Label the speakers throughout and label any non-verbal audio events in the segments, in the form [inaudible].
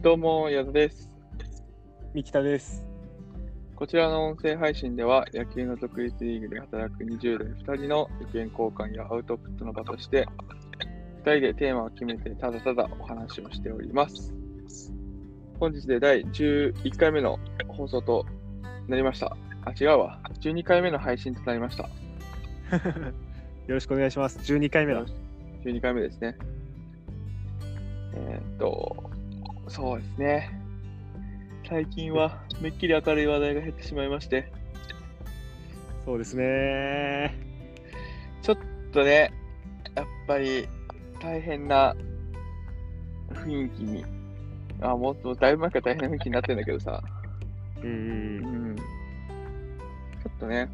Speaker 1: どうも、矢田です。
Speaker 2: 三木田です。
Speaker 1: こちらの音声配信では、野球の独立リーグで働く20代2人の意見交換やアウトプットの場として、2人でテーマを決めてただただお話をしております。本日で第11回目の放送となりました。あ、違うわ。12回目の配信となりました。
Speaker 2: [laughs] よろしくお願いします。12回目だ。
Speaker 1: 12回目ですね。えーっと、そうですね。最近はめっきり明るい話題が減ってしまいまして、
Speaker 2: そうですね。
Speaker 1: ちょっとね、やっぱり大変な雰囲気に、あ、もっとだいぶ前から大変な雰囲気になってんだけどさ、
Speaker 2: うんうん
Speaker 1: う
Speaker 2: うん。
Speaker 1: ん。ちょっとね、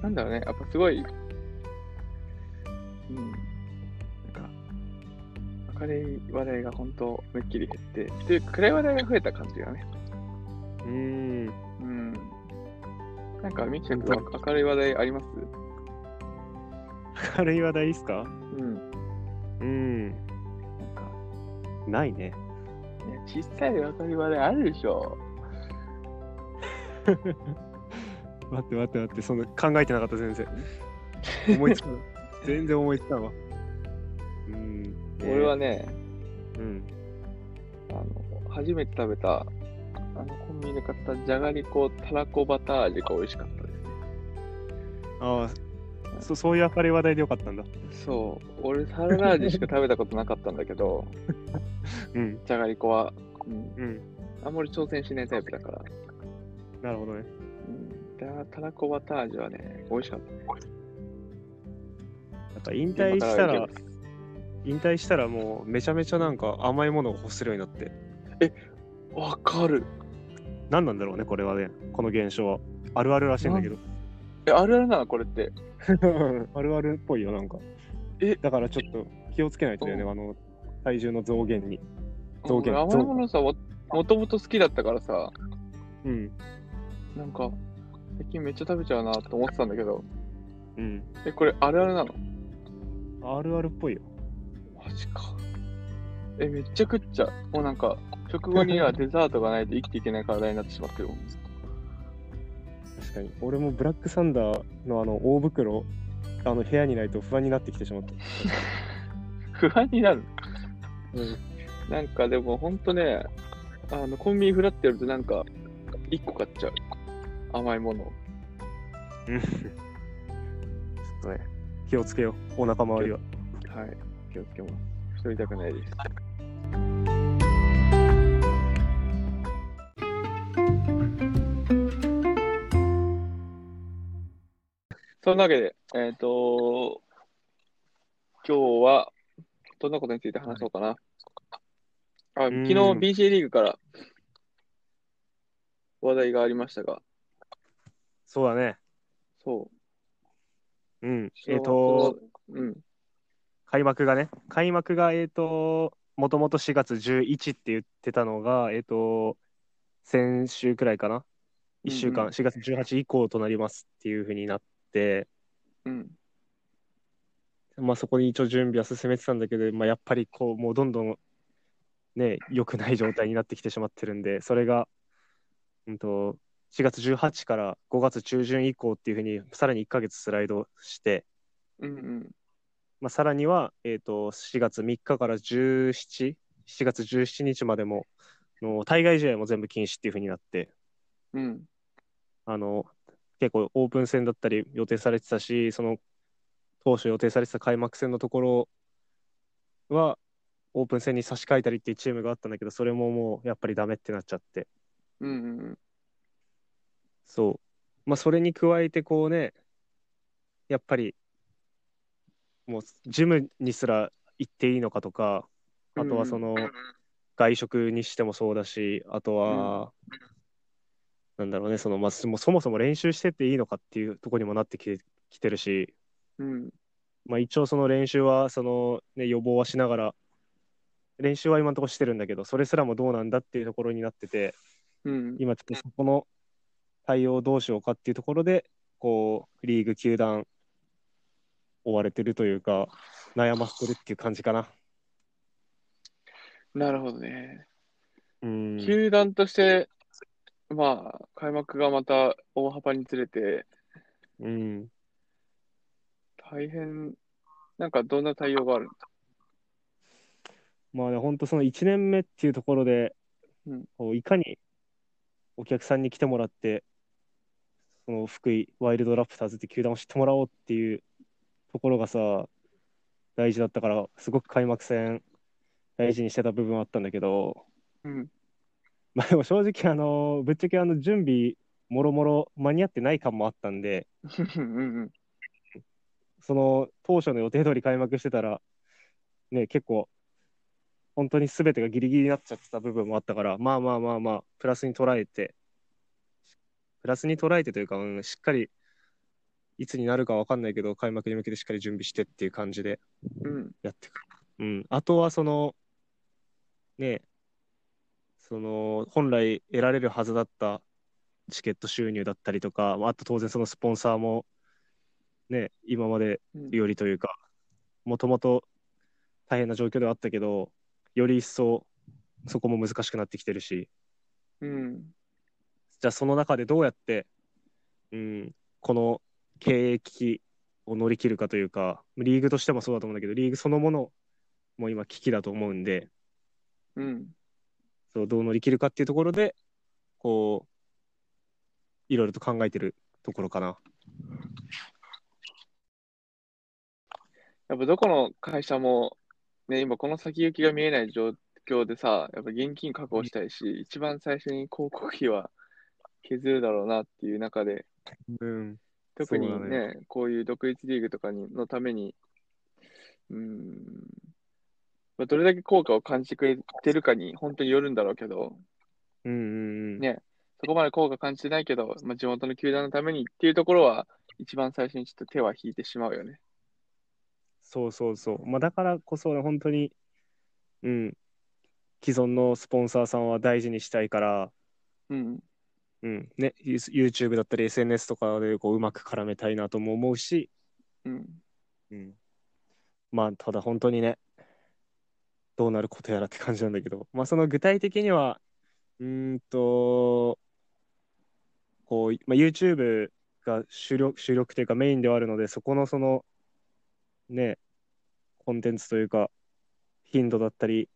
Speaker 1: なんだろうね、やっぱすごい、うん、なんか、明るい話題が本当、めっきり減って、というか暗い話題が増えた感じがね、
Speaker 2: うん。
Speaker 1: うん。なんか、みきちゃんは明るい話題あります
Speaker 2: 明るい話題ですか
Speaker 1: うん。なん
Speaker 2: うん。
Speaker 1: か、
Speaker 2: ないね。
Speaker 1: いや小さい明るい話題あるでしょ。
Speaker 2: 待って待って待って、その考えてなかった全然。思いつかない。全然思いつかんわ。うん。
Speaker 1: 俺は
Speaker 2: ね。
Speaker 1: ね、
Speaker 2: うん。
Speaker 1: あの初めて食べたあのコンビニで買ったじゃがりこたらこバター味が美味しかったで
Speaker 2: ああ、そそういう明るい話題でよかったんだ。
Speaker 1: すそう俺サラダ味しか食べたことなかったんだけど
Speaker 2: うん。
Speaker 1: じゃがりこは、うん、
Speaker 2: うん。
Speaker 1: あんまり挑戦しないタイプだから、
Speaker 2: なるほどね。
Speaker 1: うん、たたらこバター味はね美味しかったね
Speaker 2: なんか引退した
Speaker 1: 今
Speaker 2: ら
Speaker 1: か、いけます
Speaker 2: 引退したらもうめちゃめちゃなんか甘いものを欲するようになって。
Speaker 1: わかる
Speaker 2: 何なんだろうね、これはね。この現象は。あるあるらしいんだけど。
Speaker 1: えあるあるなのこれって
Speaker 2: あるあるっぽいよ、なんか。
Speaker 1: え
Speaker 2: だからちょっと気をつけないとだよね、あの、体重の増減に。増
Speaker 1: 俺
Speaker 2: 減
Speaker 1: 甘いものさももともと好きだったからさ
Speaker 2: うん。
Speaker 1: なんか最近めっちゃ食べちゃうなと思ってたんだけど
Speaker 2: うん。
Speaker 1: えこれあるあるなの
Speaker 2: あるあるっぽいよ。
Speaker 1: マジか。え、めっちゃ食っちゃう。もうなんか、食後
Speaker 2: [laughs]
Speaker 1: にはデザートがないと生きていけない体になってしまってるもん。
Speaker 2: 確かに。俺もブラックサンダーのあの、大袋、あの、部屋にないと不安になってきてしまった。
Speaker 1: 不安になる。
Speaker 2: うん。
Speaker 1: なんかでもほんとね、あの、コンビニフラってやるとなんか、1個買っちゃう。甘いものを。
Speaker 2: ちょっとね、気をつけよう、お腹周りは。
Speaker 1: はい。気をつけます。太りたくないです。そんなわけで、えっ、と、今日はどんなことについて話そうかな。あ昨日
Speaker 2: うーん
Speaker 1: BJ リーグから話題がありましたが、
Speaker 2: そうだね。
Speaker 1: そう。
Speaker 2: うん。えっ、と、
Speaker 1: うん、
Speaker 2: 開幕がね、開幕が、えっ、と、もともと4月11って言ってたのが、えっ、と、先週くらいかな。1週間、
Speaker 1: うん
Speaker 2: 4月18以降となりますっていうふうになって、
Speaker 1: うん、
Speaker 2: まあ、そこに一応準備は進めてたんだけど、まあ、やっぱりこうもうどんどんね良くない状態になってきてしまってるんでそれが、うん、と4月18から5月中旬以降っていうふうにさらに1ヶ月スライドして、
Speaker 1: うん、うん、
Speaker 2: まあ、さらには、えー、と4月3日から17 7月17日までもの対外試合も全部禁止っていうふうになって
Speaker 1: うん、
Speaker 2: あの結構オープン戦だったり予定されてたしその当初予定されてた開幕戦のところはオープン戦に差し替えたりっていうチームがあったんだけどそれももうやっぱりダメってなっちゃって
Speaker 1: うん、うん、うん、
Speaker 2: そうまあそれに加えてこうねやっぱりもうジムにすら行っていいのかとかあとはその外食にしてもそうだしあとは、なんだろうねその、まあ、そもそもそも練習してっていいのかっていうところにもなってきてきてるし、
Speaker 1: うん、
Speaker 2: まあ、一応その練習はその、ね、予防はしながら練習は今のところしてるんだけどそれすらもどうなんだっていうところになってて
Speaker 1: うん、
Speaker 2: 今ちょっとそこの対応どうしようかっていうところでこうリーグ球団追われてるというか悩ませてるっていう感じかな。
Speaker 1: なるほどね。
Speaker 2: うん、
Speaker 1: 球団として、まあ、開幕がまた大幅にずれて、
Speaker 2: うん、
Speaker 1: 大変、なんかどんな対応がある
Speaker 2: まあね、本当その1年目っていうところで、
Speaker 1: うん
Speaker 2: こういかにお客さんに来てもらって、その福井ワイルドラプターズって球団を知ってもらおうっていうところがさ、大事だったから、すごく開幕戦、大事にしてた部分はあったんだけど、
Speaker 1: うん。
Speaker 2: まあ、でも正直、あのぶっちゃけあの準備、もろもろ間に合ってない感もあったんで、
Speaker 1: うんうん。
Speaker 2: その当初の予定通り開幕してたら、ね、結構、本当に全てがギリギリになっちゃってた部分もあったから、まあまあまあまあ、プラスに捉えて、プラスに捉えてというか、うん、しっかり、いつになるかわかんないけど、開幕に向けてしっかり準備してっていう感じで
Speaker 1: うん。
Speaker 2: やってく。うん、あとはその、ね、その、本来得られるはずだったチケット収入だったりとか、あと当然そのスポンサーも、ね、今まで
Speaker 1: うん
Speaker 2: よりというか、もともと大変な状況ではあったけど、より一層そこも難しくなってきてるし、
Speaker 1: うん。
Speaker 2: じゃあその中でどうやって、うん、この経営危機を乗り切るかというか、リーグとしてもそうだと思うんだけど、リーグそのものも今危機だと思うんで、
Speaker 1: うん。
Speaker 2: そうどう乗り切るかっていうところで、こう、いろいろと考えてるところかな。
Speaker 1: やっぱどこの会社も、ね、今この先行きが見えない状況でさ、やっぱ現金確保したいし、一番最初に広告費は削るだろうなっていう中で、
Speaker 2: うん、
Speaker 1: 特に
Speaker 2: そうだ
Speaker 1: ね、こういう独立リーグとかにのために、うーん、まあ、どれだけ効果を感じてくれてるかに本当によるんだろうけど、
Speaker 2: うん、うん、
Speaker 1: ねそこまで効果感じてないけど、まあ、地元の球団のためにっていうところは、一番最初にちょっと手は引いてしまうよね。
Speaker 2: そうそうそう。まあ、だからこそ、本当に、うん、既存のスポンサーさんは大事にしたいから、
Speaker 1: うん、
Speaker 2: うん、ね、ユー YouTube だったり SNS とかでこううまく絡めたいなとも思うし、
Speaker 1: うん、
Speaker 2: うん、まあ、ただ本当にね、どうなることやらって感じなんだけど、まあ、その具体的には、うーんと、こう、まあ、YouTube が主力、主力というかメインではあるので、そこのその、ね、コンテンツというか、頻度だったり、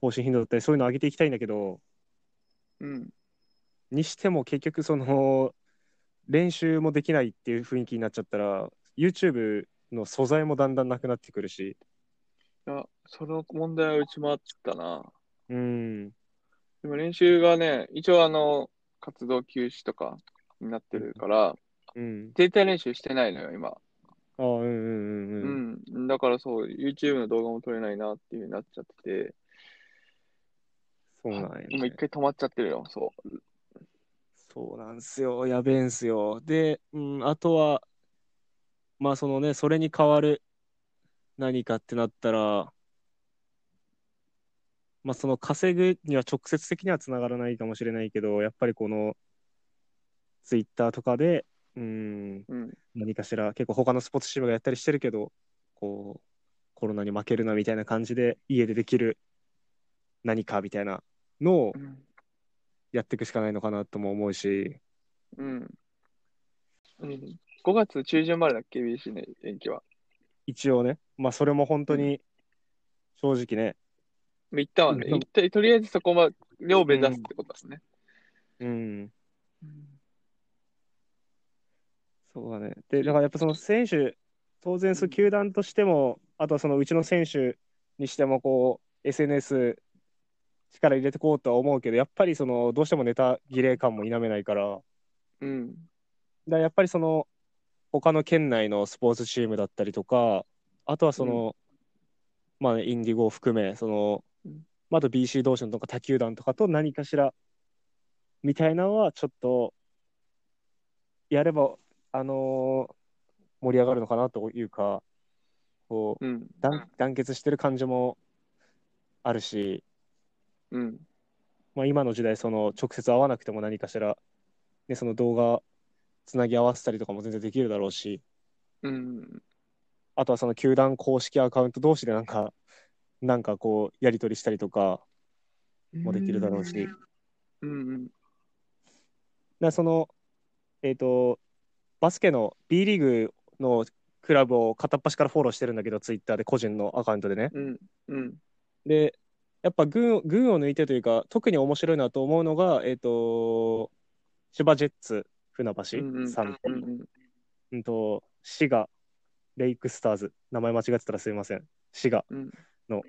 Speaker 2: 更新頻度だったり、そういうのを上げていきたいんだけど、
Speaker 1: うん、
Speaker 2: にしても結局その練習もできないっていう雰囲気になっちゃったら YouTube の素材もだんだんなくなってくるし
Speaker 1: いや、その問題はうちもあったな。
Speaker 2: うん
Speaker 1: でも練習がね、一応あの、活動休止とかになってるから、
Speaker 2: うん
Speaker 1: 全体練習してないのよ、今。
Speaker 2: あうんうんうんう
Speaker 1: うんん、だからそう、YouTube の動画も撮れないなっていうふうになっちゃってて、
Speaker 2: そうなんやね
Speaker 1: 今一回止まっちゃってるよ、そ
Speaker 2: そうなんすよやべえんすよで、うん、あとはまあそのねそれに代わる何かってなったらまあその稼ぐには直接的にはつながらないかもしれないけどやっぱりこの Twitter とかでうん
Speaker 1: う。うん、
Speaker 2: 何かしら結構他のスポーツチームがやったりしてるけどこうコロナに負けるなみたいな感じで家でできる何かみたいなのを
Speaker 1: うん、
Speaker 2: やっていくしかないのかなとも思うし
Speaker 1: うん。うん、5月中旬までだっけ、BC の延期は。
Speaker 2: 一応ねまあそれも本当に正直ね
Speaker 1: まあ一旦はね、
Speaker 2: うん
Speaker 1: 一旦とりあえずそこは、両目指すってことですね。
Speaker 2: うん
Speaker 1: うん、
Speaker 2: そうだねでだからやっぱその選手当然そう球団としてもあとはそのうちの選手にしてもこう SNS 力入れてこうとは思うけどやっぱりそのどうしてもネタ儀礼感も否めないから。
Speaker 1: うん、
Speaker 2: だからやっぱりその他の県内のスポーツチームだったりとかあとはその、まあね、インディゴを含めその、
Speaker 1: うん
Speaker 2: まあ、あと BC 同士のとか他球団とかと何かしらみたいなのはちょっとやれば、あのー盛り上がるのかなというかこう
Speaker 1: うん、
Speaker 2: 団団結してる感じもあるし、
Speaker 1: うん、
Speaker 2: まあ、今の時代その直接会わなくても何かしら、ね、その動画つなぎ合わせたりとかも全然できるだろうし。
Speaker 1: うん、
Speaker 2: あとはその球団公式アカウント同士でなんか、なんかこう、やり取りしたりとか、もできるだろうし、だか
Speaker 1: うんうん。
Speaker 2: らその、えー、とバスケの B リーグのクラブを片っ端からフォローしてるんだけど、ツイッターで個人のアカウントでね。
Speaker 1: うんうん。
Speaker 2: で、やっぱ群を群を抜いてというか、特に面白いなと思うのが、えっ、と、千葉ジェッツ船橋
Speaker 1: うんうん
Speaker 2: さんと、
Speaker 1: う
Speaker 2: うんんと滋賀レイクスターズ、名前間違ってたらすいません、滋賀
Speaker 1: うん
Speaker 2: の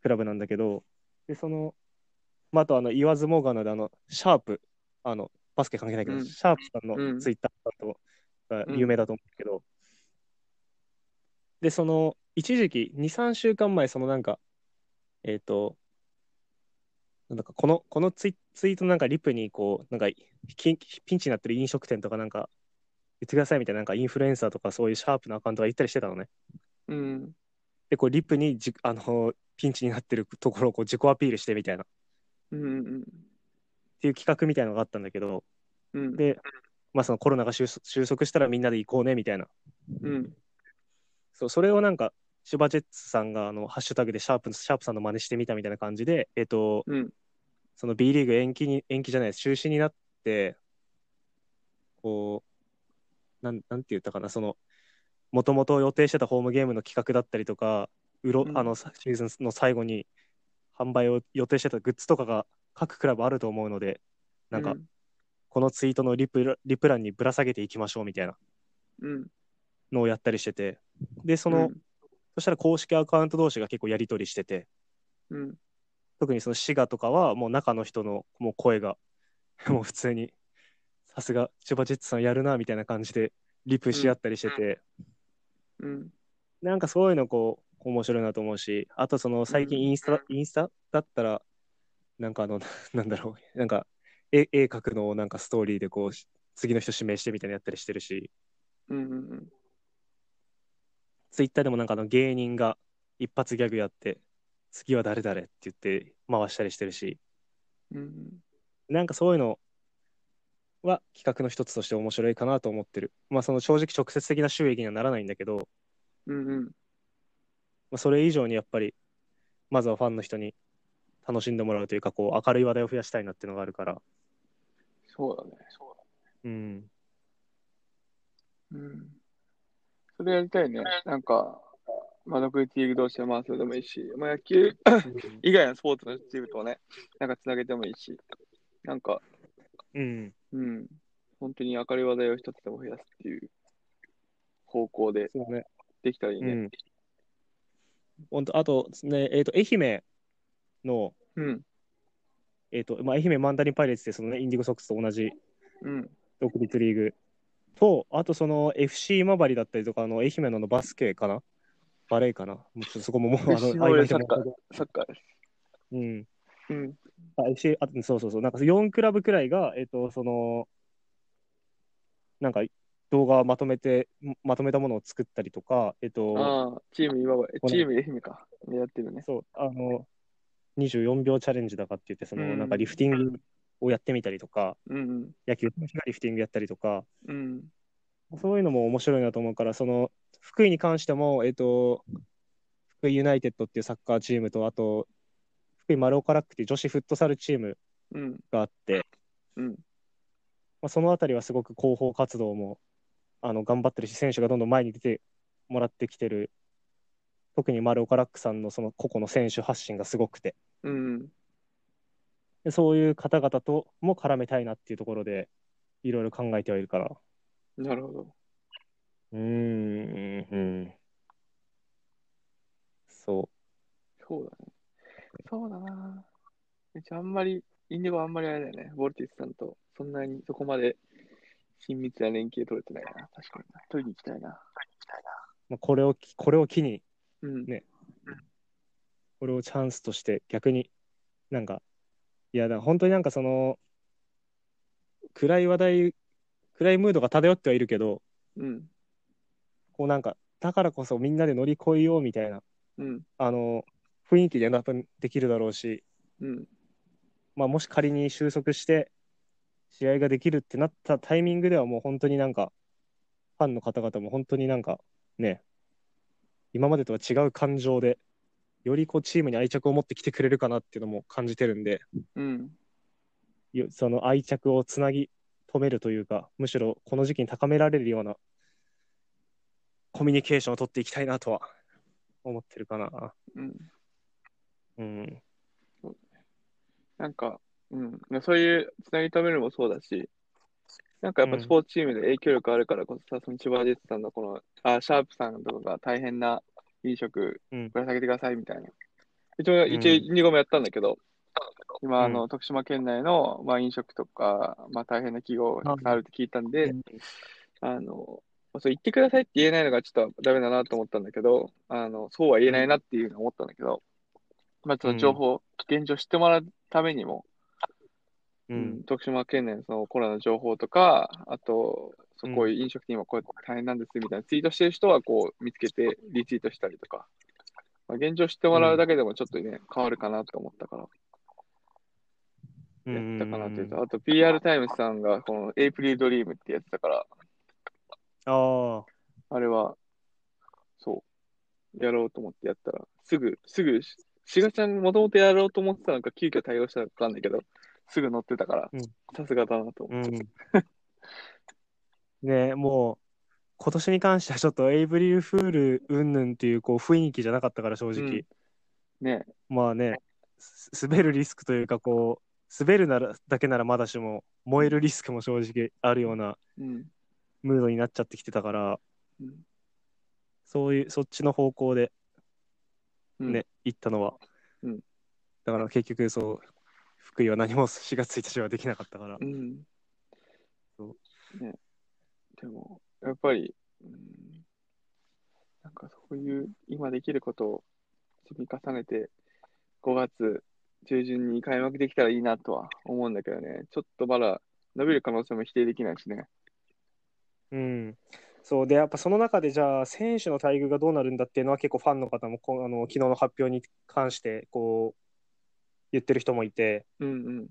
Speaker 2: クラブなんだけど、で、その、まあ、あとあの言わずもがなで、あの、シャープ、あの、バスケ関係ないけど、
Speaker 1: うん
Speaker 2: シャープさん
Speaker 1: う
Speaker 2: の
Speaker 1: ん
Speaker 2: ツイッターとが有名だと思うんだけど、で、その、一時期、2、3週間前、そのなんか、えっ、と、なんだかこのこのツイツイートのなんかリプにこうなんかきピンチになってる飲食店とかなんか言ってくださいみたいななんかインフルエンサーとかそういうシャープのアカウントが言ったりしてたのね。
Speaker 1: うんうん。
Speaker 2: でこうリプにじあのピンチになってるところをこう自己アピールしてみたいなっ
Speaker 1: うんうん
Speaker 2: ていう企画みたいなのがあったんだけど、
Speaker 1: うん。
Speaker 2: で、まあ、そのコロナが収束収束したらみんなで行こうねみたいな
Speaker 1: うん
Speaker 2: そうそれをなんかシュバジェッツさんがあのハッシュタグでシャープシャープさんの真似してみたみたいな感じで、えっと
Speaker 1: うん
Speaker 2: その B リーグ延期に延期じゃない中止になってこうなんなんて言ったかなそのもともと予定してたホームゲームの企画だったりとかうろ、
Speaker 1: うん
Speaker 2: あのシーズンの最後に販売を予定してたグッズとかが各クラブあると思うのでなんかこのツイートのリプラリプランにぶら下げていきましょうみたいな
Speaker 1: うん
Speaker 2: のをやったりしててでその、そしたら公式アカウント同士が結構やり取りしてて
Speaker 1: うん
Speaker 2: 特にその滋賀とかはもう中の人のもう声が [laughs] もう普通にさすが千葉ジェッツさんやるなみたいな感じでリプし合ったりしてて、
Speaker 1: うん
Speaker 2: なんかそういうのこう面白いなと思うしあとその最近インスタ、インスタだったらなんかあの [laughs] なんだろうなんか絵絵描くのをなんかストーリーでこうし次の人指名してみたいなのやったりしてるし
Speaker 1: うんうん
Speaker 2: ツイッターでもなんかあの芸人が一発ギャグやって次は誰々って言って回したりしてるし
Speaker 1: うん
Speaker 2: なんかそういうのは企画の一つとして面白いかなと思ってる。まあその正直直接的な収益にはならないんだけど、
Speaker 1: うんうん
Speaker 2: まあ、それ以上にやっぱりまずはファンの人に楽しんでもらうというかこう明るい話題を増やしたいなっていうのがあるから。
Speaker 1: そうだねそ
Speaker 2: うん。
Speaker 1: うだうんそれやりたいねなんかまあ独立リーグ同士で回すのでもいいし、まあ、野球以外のスポーツのチームとねなんかつなげてもいいしなんか
Speaker 2: うん。
Speaker 1: うん本当に明るい話題を一つでも増やすっていう方向で
Speaker 2: そうね。
Speaker 1: できたらいいうね
Speaker 2: ん。本当あとねえっ、と愛媛の
Speaker 1: うん
Speaker 2: えっ、とまあ愛媛マンダリンパイレーツでそのねインディゴソックスと同じ
Speaker 1: うん
Speaker 2: 独立リーグと、あとその FC 今治だったりとか、あの愛媛のあのバスケかなバレーかなもうちょっとそこももう、あの、
Speaker 1: FC
Speaker 2: 曖昧で
Speaker 1: サッカー
Speaker 2: も
Speaker 1: サッカーです
Speaker 2: うん。
Speaker 1: うん
Speaker 2: あ、FC、あそうそうそう、なんか4クラブくらいが、えっ、と、その、なんか動画をまとめて、まとめたものを作ったりとか、えっ、と、
Speaker 1: ああチーム今は
Speaker 2: この
Speaker 1: チーム愛媛かやってるね
Speaker 2: そう、あの、24秒チャレンジだかって言って、その、
Speaker 1: うん
Speaker 2: なんかリフティングをやってみたりとか、
Speaker 1: うん
Speaker 2: 野球のリフティングやったりとか、
Speaker 1: うん
Speaker 2: そういうのも面白いなと思うから、その福井に関しても、えっ、と、福井ユナイテッドっていうサッカーチームと、あと、福井丸岡ラックっていう女子フットサルチーム
Speaker 1: うん
Speaker 2: があって、
Speaker 1: うん
Speaker 2: まあ、そのあたりはすごく広報活動もあの頑張ってるし、選手がどんどん前に出てもらってきてる、特に丸岡ラックさんのその個々の選手発信がすごくて、
Speaker 1: うん
Speaker 2: でそういう方々とも絡めたいなっていうところで、いろいろ考えてはいるから。
Speaker 1: なるほど
Speaker 2: うーん、うん。そう。
Speaker 1: そうだねそうだなうちあんまりインディゴあんまりあれだよねボルティスさんとそんなにそこまで親密な連携取れてないな確かにな取りに行きたいな
Speaker 2: まあ、これをきこれを機に
Speaker 1: うん
Speaker 2: ねこれをチャンスとして逆になんかいやだから本当になんかその暗い話題暗いムードが漂ってはいるけど
Speaker 1: うん
Speaker 2: こうなんかだからこそみんなで乗り越えようみたいな
Speaker 1: うん
Speaker 2: あの雰囲気で多分できるだろうし、
Speaker 1: うん
Speaker 2: まあ、もし仮に収束して試合ができるってなったタイミングではもう本当になんかファンの方々も本当になんかね今までとは違う感情でよりこうチームに愛着を持ってきてくれるかなっていうのも感じてるんで、
Speaker 1: うん。
Speaker 2: よその愛着をつなぎ止めるというか、むしろこの時期に高められるようなコミュニケーションを取っていきたいなとは思ってるかな。
Speaker 1: うん。
Speaker 2: うん。
Speaker 1: なんか、うん。そういうつなぎ止めるのもそうだし、なんかやっぱ
Speaker 2: うん
Speaker 1: スポーツチームで影響力あるからこそさ、その千葉ジェッツさんのこの、あ、シャープさんとかが大変な飲食
Speaker 2: うん
Speaker 1: ぶら下げてくださいみたいな。一応、
Speaker 2: ん
Speaker 1: 一応2個もやったんだけど、今、あ
Speaker 2: う
Speaker 1: の、徳島県内の、まあ、飲食とか、まあ、大変な企業があるって聞いたんで、あの、そう言ってくださいって言えないのがちょっとダメだなと思ったんだけど、あの、そうは言えないなっていうのを思ったんだけど、まあちょっと情報、現状知ってもらうためにも、
Speaker 2: う
Speaker 1: うん
Speaker 2: ん。
Speaker 1: 徳島県内のそのコロナの情報とか、あと、そうこういう飲食店はこうやって大変なんですみたいなツイートしてる人はこう見つけてリツイートしたりとか、まあ、現状知ってもらうだけでもちょっとね、変わるかなと思ったから。やったかなっていうと、あと PR タイムズさんがこのエイプリルドリームってやってたから、
Speaker 2: ああ、
Speaker 1: あれは、そう、やろうと思ってやったら、すぐ、すぐ、ししがちゃんもともとやろうと思ってたのか、急遽対応したのかわかんないけど、すぐ乗ってたから
Speaker 2: うん、
Speaker 1: さすがだなと
Speaker 2: う
Speaker 1: 思っ
Speaker 2: ん [laughs]
Speaker 1: て。。
Speaker 2: ねえもう、今年に関してはちょっとエイブリルフール云々っていうこう雰囲気じゃなかったから正直。
Speaker 1: うんね
Speaker 2: まあね、す滑るリスクというか、こう、滑るならだけならまだしも、燃えるリスクも正直あるような
Speaker 1: うん。
Speaker 2: ムードになっちゃってきてたから、
Speaker 1: うん
Speaker 2: そういう、そっちの方向で
Speaker 1: うん
Speaker 2: ね、行ったのは、
Speaker 1: うん
Speaker 2: だから結局、そう、福井は何も4月1日はできなかったから
Speaker 1: う、ん。
Speaker 2: そ
Speaker 1: ねでも、やっぱり、うん、なんかそういう、今できることを積み重ねて、5月中旬に開幕できたらいいなとは思うんだけどね、ちょっとまだ伸びる可能性も否定できないしね。
Speaker 2: うん、そうでやっぱその中でじゃあ選手の待遇がどうなるんだっていうのは結構ファンの方もこあの昨日の発表に関してこう言ってる人もいて、
Speaker 1: うんうん。
Speaker 2: ま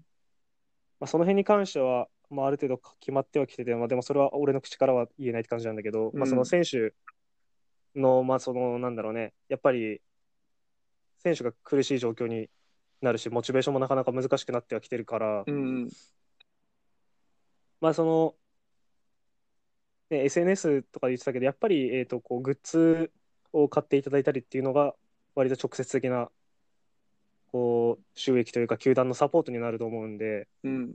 Speaker 2: あ、その辺に関しては、まあ、ある程度決まってはきてて、まあ、でもそれは俺の口からは言えないって感じなんだけど、
Speaker 1: うん
Speaker 2: まあ、その選手のまあそのなんだろうねやっぱり選手が苦しい状況になるしモチベーションもなかなか難しくなってはきてるから
Speaker 1: う、んうん。
Speaker 2: まあその、ね、SNS とか言ってたけど、やっぱり、えーと、こうグッズを買っていただいたりっていうのが、割と直接的なこう収益というか、球団のサポートになると思うんで、
Speaker 1: うん。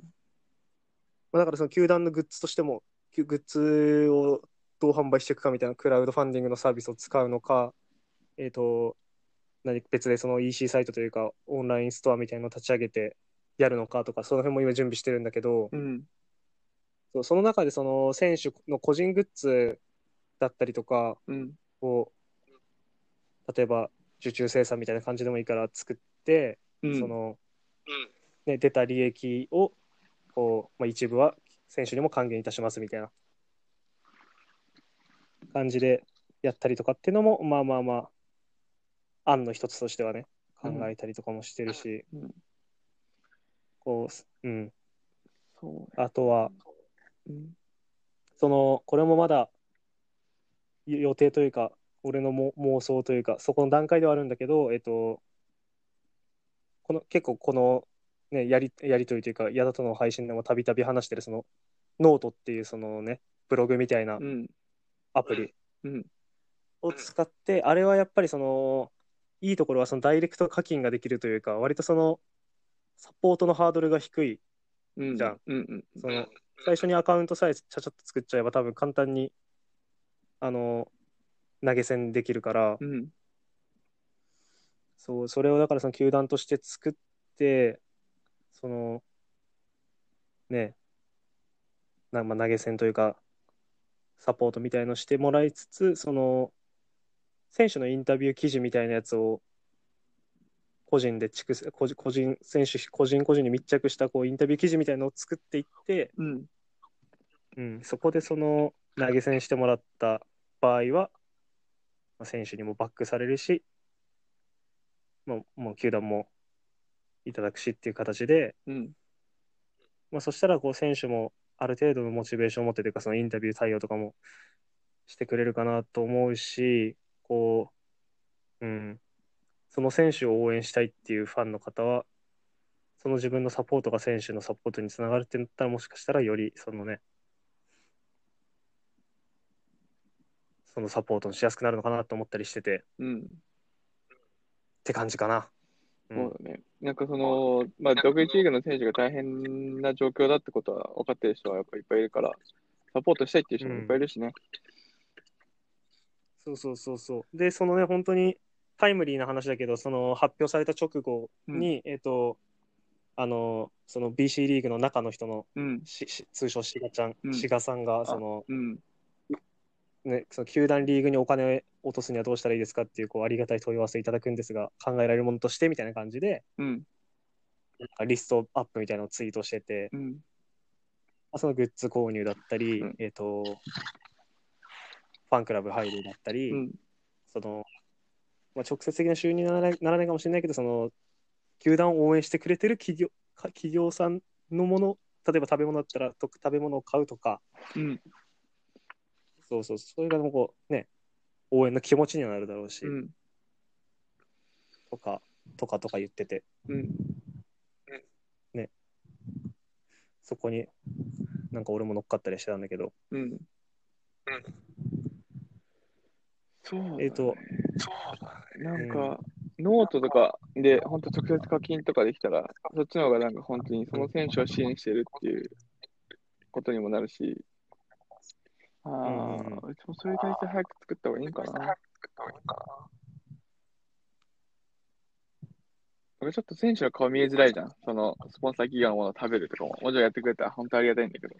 Speaker 2: まあ、だからその球団のグッズとしても、きゅグッズをどう販売していくかみたいな、クラウドファンディングのサービスを使うのか、えーと、何別でその EC サイトというか、オンラインストアみたいなのを立ち上げてやるのかとか、その辺も今準備してるんだけど、
Speaker 1: うん。
Speaker 2: そうその中でその選手の個人グッズだったりとか
Speaker 1: うん。
Speaker 2: を例えば受注生産みたいな感じでもいいから作って、
Speaker 1: うん。
Speaker 2: その、ね、出た利益をこう、まあ、一部は選手にも還元いたしますみたいな感じでやったりとかっていうのもまあまあまあ案の一つとしてはね考えたりとかもしてるし、
Speaker 1: うん
Speaker 2: こう、うん、
Speaker 1: そうね。
Speaker 2: あとは
Speaker 1: うん。
Speaker 2: そのこれもまだ予予定というか俺のも妄想というかそこの段階ではあるんだけど、えっと、この結構この、ね、やりやり取りというか矢田との配信でもたびたび話してるそのノートっていうそのねブログみたいな
Speaker 1: うん。
Speaker 2: アプリ
Speaker 1: うん。
Speaker 2: を使ってあれはやっぱりそのいいところはそのダイレクト課金ができるというか割とそのサポートのハードルが低い
Speaker 1: うん。
Speaker 2: じゃあ
Speaker 1: うん。うん。
Speaker 2: その最初にアカウントさえちゃちゃっと作っちゃえば多分簡単にあの投げ銭できるから、
Speaker 1: うん。
Speaker 2: そうそれをだからその球団として作ってそのねな、まあ、投げ銭というかサポートみたいのしてもらいつつその選手のインタビュー記事みたいなやつを個人で蓄積個人個人選手個人個人に密着したこうインタビュー記事みたいのを作っていって、
Speaker 1: うん。
Speaker 2: うん、そこでその投げ銭してもらった場合は、まあ、選手にもバックされるし、まあ、もう球団もいただくしっていう形で、
Speaker 1: うん。
Speaker 2: まあ、そしたらこう選手もある程度のモチベーションを持ってというかそのインタビュー対応とかもしてくれるかなと思うしこう、うん、その選手を応援したいっていうファンの方は、その自分のサポートが選手のサポートにつながるってなったら、もしかしたらよりそのね、そのサポートしやすくなるのかなと思ったりしてて、っ
Speaker 1: うん、
Speaker 2: て感じかな。うん
Speaker 1: そうだね。なんかその、まあ、独立リーグの選手が大変な状況だってことは分かってる人はやっぱいっぱいいるから、サポートしたいっていう人もいっぱいいるしね。
Speaker 2: そうそうそうそう。で、そのね、本当にタイムリーな話だけど、その発表された直後に、えっ、と、あの、その BC リーグの中の人の
Speaker 1: うん、
Speaker 2: しし通称シガちゃん、
Speaker 1: うん
Speaker 2: シガさんが、その、
Speaker 1: うん、
Speaker 2: ね、その球団リーグにお金を落とすにはどうしたらいいですかっていう、こう、ありがたい問い合わせいただくんですが、考えられるものとしてみたいな感じで、
Speaker 1: うん、
Speaker 2: なんかリストアップみたいなのをツイートしてて、
Speaker 1: うん、
Speaker 2: まあそのグッズ購入だったり、
Speaker 1: うん
Speaker 2: えっ、と、ファンクラブ入るだったり、
Speaker 1: うん、
Speaker 2: その、まあ、直接的な収入にならないならないかもしれないけど、その、球団を応援してくれてる企業か企業さんのもの、例えば食べ物だったらと食べ物を買うとか、
Speaker 1: うん、
Speaker 2: そうそう、それがもうこう、ね、応援の気持ちにはなるだろうし、
Speaker 1: うん、
Speaker 2: とか、とかとか言ってて、
Speaker 1: うん。
Speaker 2: そこになんか俺も乗っかったりしてたんだけど、
Speaker 1: うん。そうだね
Speaker 2: えっと、
Speaker 1: なんか、ノートとかで、本当直接課金とかできたら、そっちの方がなんか本当にその選手を支援してるっていうことにもなるし、ああ、
Speaker 2: うんうん
Speaker 1: うちもそういう体制早く作った方がいいんかな。俺ちょっと選手の顔見えづらいじゃん。その、スポンサー企業のものを食べるとかも。もちろんやってくれたら本当ありがたいんだけど。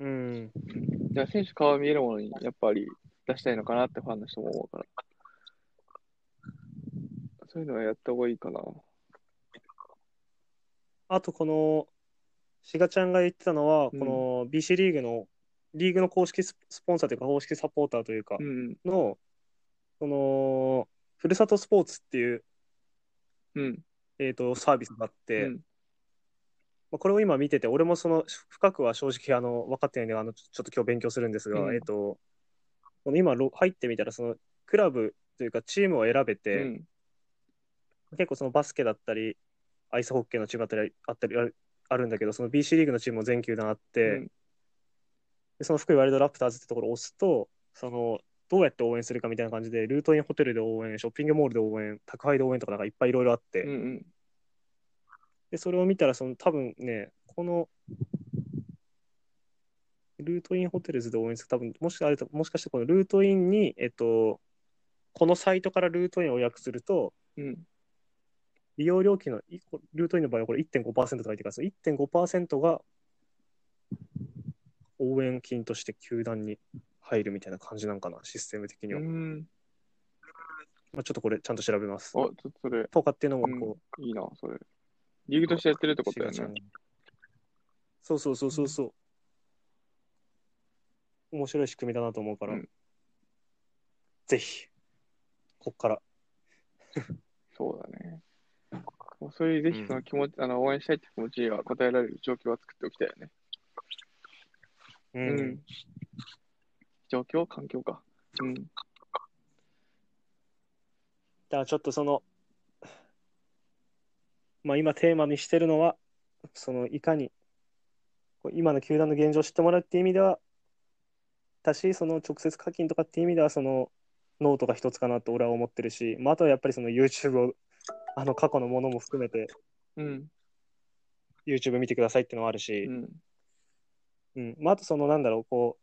Speaker 2: うん、
Speaker 1: じゃあ選手顔見えるものにやっぱり出したいのかなってファンの人も思うから。そういうのはやった方がいいかな。
Speaker 2: あとこの、志賀ちゃんが言ってたのは、
Speaker 1: うん
Speaker 2: この BC リーグの、リーグの公式ススポンサーというか、公式サポーターというか
Speaker 1: う、ん。
Speaker 2: の、その、ふるさとスポーツっていう、
Speaker 1: うん。
Speaker 2: えー、とサービスがあっ
Speaker 1: う
Speaker 2: て、
Speaker 1: ん。
Speaker 2: まあ、これを今見てて、俺もその深くは正直あの分かってないんであの、ちょちょっと今日勉強するんですが、
Speaker 1: うん
Speaker 2: えー、とこの今ろ入ってみたら、そのクラブというかチームを選べ
Speaker 1: う
Speaker 2: て、
Speaker 1: ん。
Speaker 2: 結構そのバスケだったり、アイスホッケーのチームだったりあったりあるあるんだけど、その BC リーグのチームも全球団あって、
Speaker 1: うん
Speaker 2: でその福井ワイルドラプターズってところを押すと、そのどうやって応援するかみたいな感じで、ルートインホテルで応援、ショッピングモールで応援、宅配で応援とかなんかいっぱいいろいろあって、
Speaker 1: うん。
Speaker 2: でそれを見たらその多分ね、このルートインホテルズで応援する、多分もしあれともしかしてこのルートインに、えっと、このサイトからルートインを予約すると、
Speaker 1: うん。
Speaker 2: 利用料金のいこルートインの場合はこれ1.5%と書いてあるから、その1.5%が応援金として球団に入るみたいな感じなんかな、システム的に
Speaker 1: う
Speaker 2: は。
Speaker 1: ん。
Speaker 2: まあ、ちょっとこれ、ちゃんと調べます。
Speaker 1: お、ちょっとそれ、
Speaker 2: とかっていうのがこう、
Speaker 1: いいな、それ。リーグとしてやってるってことだよ
Speaker 2: シガちゃ
Speaker 1: ね
Speaker 2: ん。そうそうそうそうそう。面白い仕組みだなと思うから、
Speaker 1: うん
Speaker 2: ぜひ、こっから。
Speaker 1: そうだね。もうそういう、ぜひその気持ち、あの、応援したいって気持ちが答えられる状況は作っておきたいよね。
Speaker 2: う
Speaker 1: うんん。状況、環境か。うん。
Speaker 2: だからちょっとその、まあ、今テーマにしてるのは、そのいかにこう今の球団の現状を知ってもらうっていう意味では、だし、その直接課金とかっていう意味では、そのノートが一つかなと俺は思ってるし、まあ、あとはやっぱりその YouTube を、あの過去のものも含めて、
Speaker 1: うん。
Speaker 2: YouTube 見てくださいっていうのもある
Speaker 1: う
Speaker 2: し、
Speaker 1: ん。
Speaker 2: うんまあ、あとそのなんだろうこう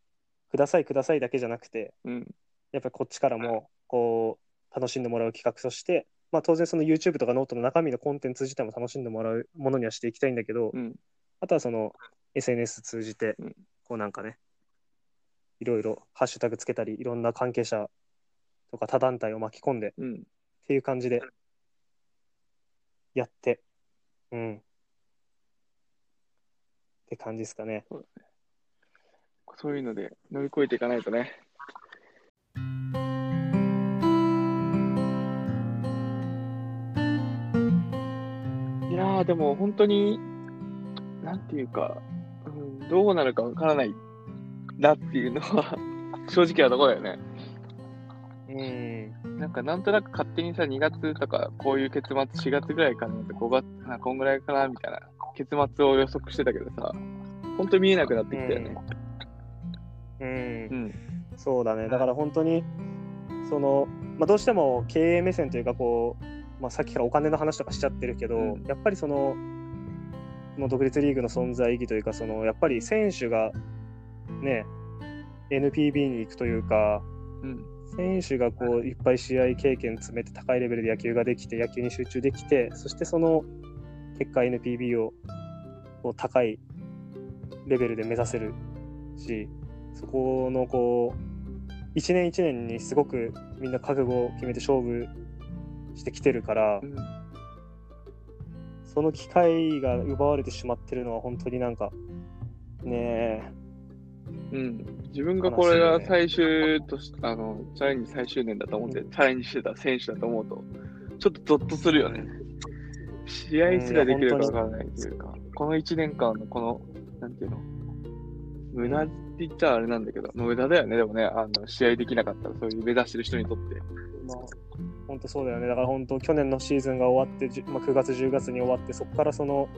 Speaker 2: くださいくださいだけじゃなくて
Speaker 1: うん。
Speaker 2: やっぱりこっちからもこう楽しんでもらう企画として、まあ、当然その YouTube とかノートの中身のコンテンツ自体も楽しんでもらうものにはしていきたいんだけど、
Speaker 1: うん。
Speaker 2: あとはその SNS 通じて
Speaker 1: うん
Speaker 2: こうなんかねいろいろハッシュタグつけたりいろんな関係者とか他団体を巻き込んでっ
Speaker 1: うん。
Speaker 2: ていう感じでやってうんって感じですかね。
Speaker 1: そういうので乗り越えていかないとね。いやー、でも本当に、なんていうか、うん、どうな [laughs] るかわからないなっていうのは、正直なところだよね。
Speaker 2: ううん。
Speaker 1: なんかなんとなく勝手にさ、2月とか、こういう結末、4月ぐらいかなとか、5月かな、こんぐらいかな、みたいな、結末を予測してたけどさ、ほんと見えなくなってきたよね。
Speaker 2: うん
Speaker 1: う。ん。
Speaker 2: そうだねだから本当にその、まあ、どうしても経営目線というかこう、まあ、さっきからお金の話とかしちゃってるけど、
Speaker 1: うん
Speaker 2: やっぱりそのもう独立リーグの存在意義というかそのやっぱり選手がね NPB に行くというか
Speaker 1: うん。
Speaker 2: 選手がこういっぱい試合経験詰めて高いレベルで野球ができて野球に集中できてそしてその結果 NPB をこう高いレベルで目指せるしそこのこう1年1年にすごくみんな覚悟を決めて勝負してきてるから
Speaker 1: うん
Speaker 2: その機会が奪われてしまってるのは本当になんかね
Speaker 1: うん、自分がこれが最終とし、あの、チャレンジ最終年だと思って、チャレンジしてた選手だと思うと、ちょっとゾッとするよね。試合すらできるかわからないというか、この1年間のこの、なんていうの、無駄って言ったらあれなんだけど、無駄だよね、でもね、あの試合できなかったら、そういう目指してる人にとって。
Speaker 2: えまあ本当そうだよねだから本当去年のシーズンが終わって、じゅまあ、9月10月に終わってそこからその、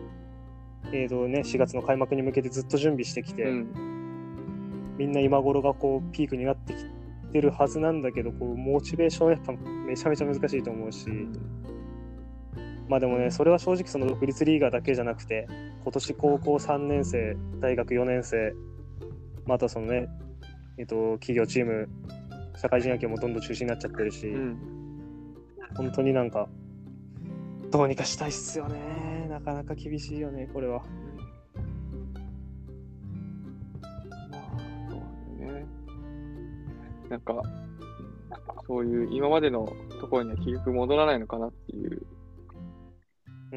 Speaker 2: えーとね、4月の開幕に向けてずっと準備してきて、
Speaker 1: うん、
Speaker 2: みんな今頃がこうピークになってきてるはずなんだけどこうモチベーションやっぱめちゃめちゃ難しいと思うし、まあでもねそれは正直その独立リーガーだけじゃなくて今年高校3年生大学4年生またそのねえっ、と企業チーム社会人野球もどんどん中止になっちゃってるし、
Speaker 1: うん、
Speaker 2: 本当になんかどうにかしたいっすよねなかなか厳しいよねこれは
Speaker 1: まあ、そうだよね。なんか、そういう今までのところには結局戻らないのかなっていう
Speaker 2: う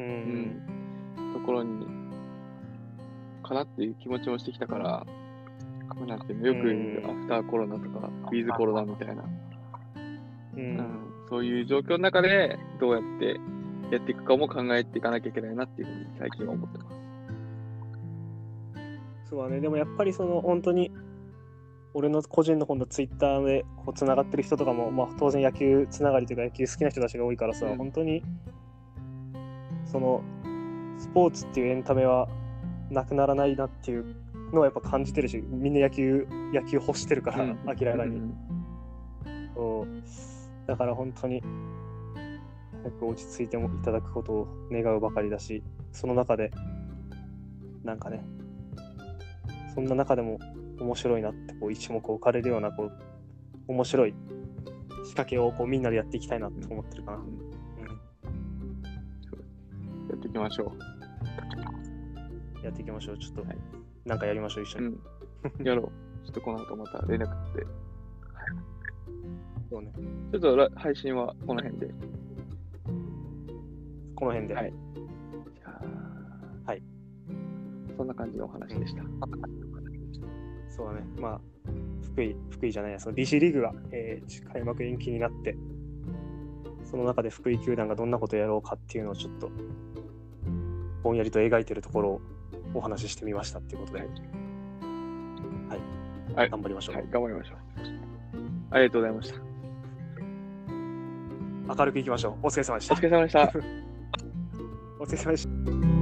Speaker 1: うんん、ところにかなっていう気持ちもしてきたから、なんていうのよく言う
Speaker 2: うん
Speaker 1: アフターコロナとか、ウィズコロナみたいな、
Speaker 2: う
Speaker 1: うんん、そういう状況の中でどうやってやっていくかも考えていかなきゃいけないなっていうふうに最近は思ってます。
Speaker 2: そうだねでもやっぱりその本当に俺の個人の今度ツイッターでこうつながってる人とかも、まあ、当然野球つながりというか野球好きな人たちが多いからさ、
Speaker 1: うん
Speaker 2: 本当にそのスポーツっていうエンタメはなくならないなっていうのはやっぱ感じてるしみんな野球野球欲してるから、
Speaker 1: うん
Speaker 2: 明らかに、
Speaker 1: うん
Speaker 2: そうだから本当に早く落ち着いてもいただくことを願うばかりだしその中でなんかねそんな中でも面白いなってこう一目置かれるようなこう面白い仕掛けをこうみんなでやっていきたいなと思ってるかな。
Speaker 1: やっていきましょ
Speaker 2: うんやっていきましょう。ちょっと、
Speaker 1: はい
Speaker 2: なんかやりましょう、一緒
Speaker 1: う。う
Speaker 2: に。
Speaker 1: ん、 [laughs] やろう。ちょっとこの後また連絡って。
Speaker 2: そうね
Speaker 1: ちょっとら配信はこの辺で。
Speaker 2: この辺で。
Speaker 1: はい
Speaker 2: はい。
Speaker 1: そんな感じのお話でした。
Speaker 2: そうだね、まあ、福井、福井じゃないや、その BC リーグが、えー開幕延期になって、その中で福井球団がどんなことをやろうかっていうのをちょっと、ぼんやりと描いてるところをお話ししてみましたっていうことで、
Speaker 1: はいはい
Speaker 2: 頑張りましょう。
Speaker 1: はい、頑張りましょう。ありがとうございました。
Speaker 2: 明るくいきましょう。お疲れ様でし
Speaker 1: お
Speaker 2: た
Speaker 1: 疲。れ様でした。
Speaker 2: [laughs] お疲れ様でした。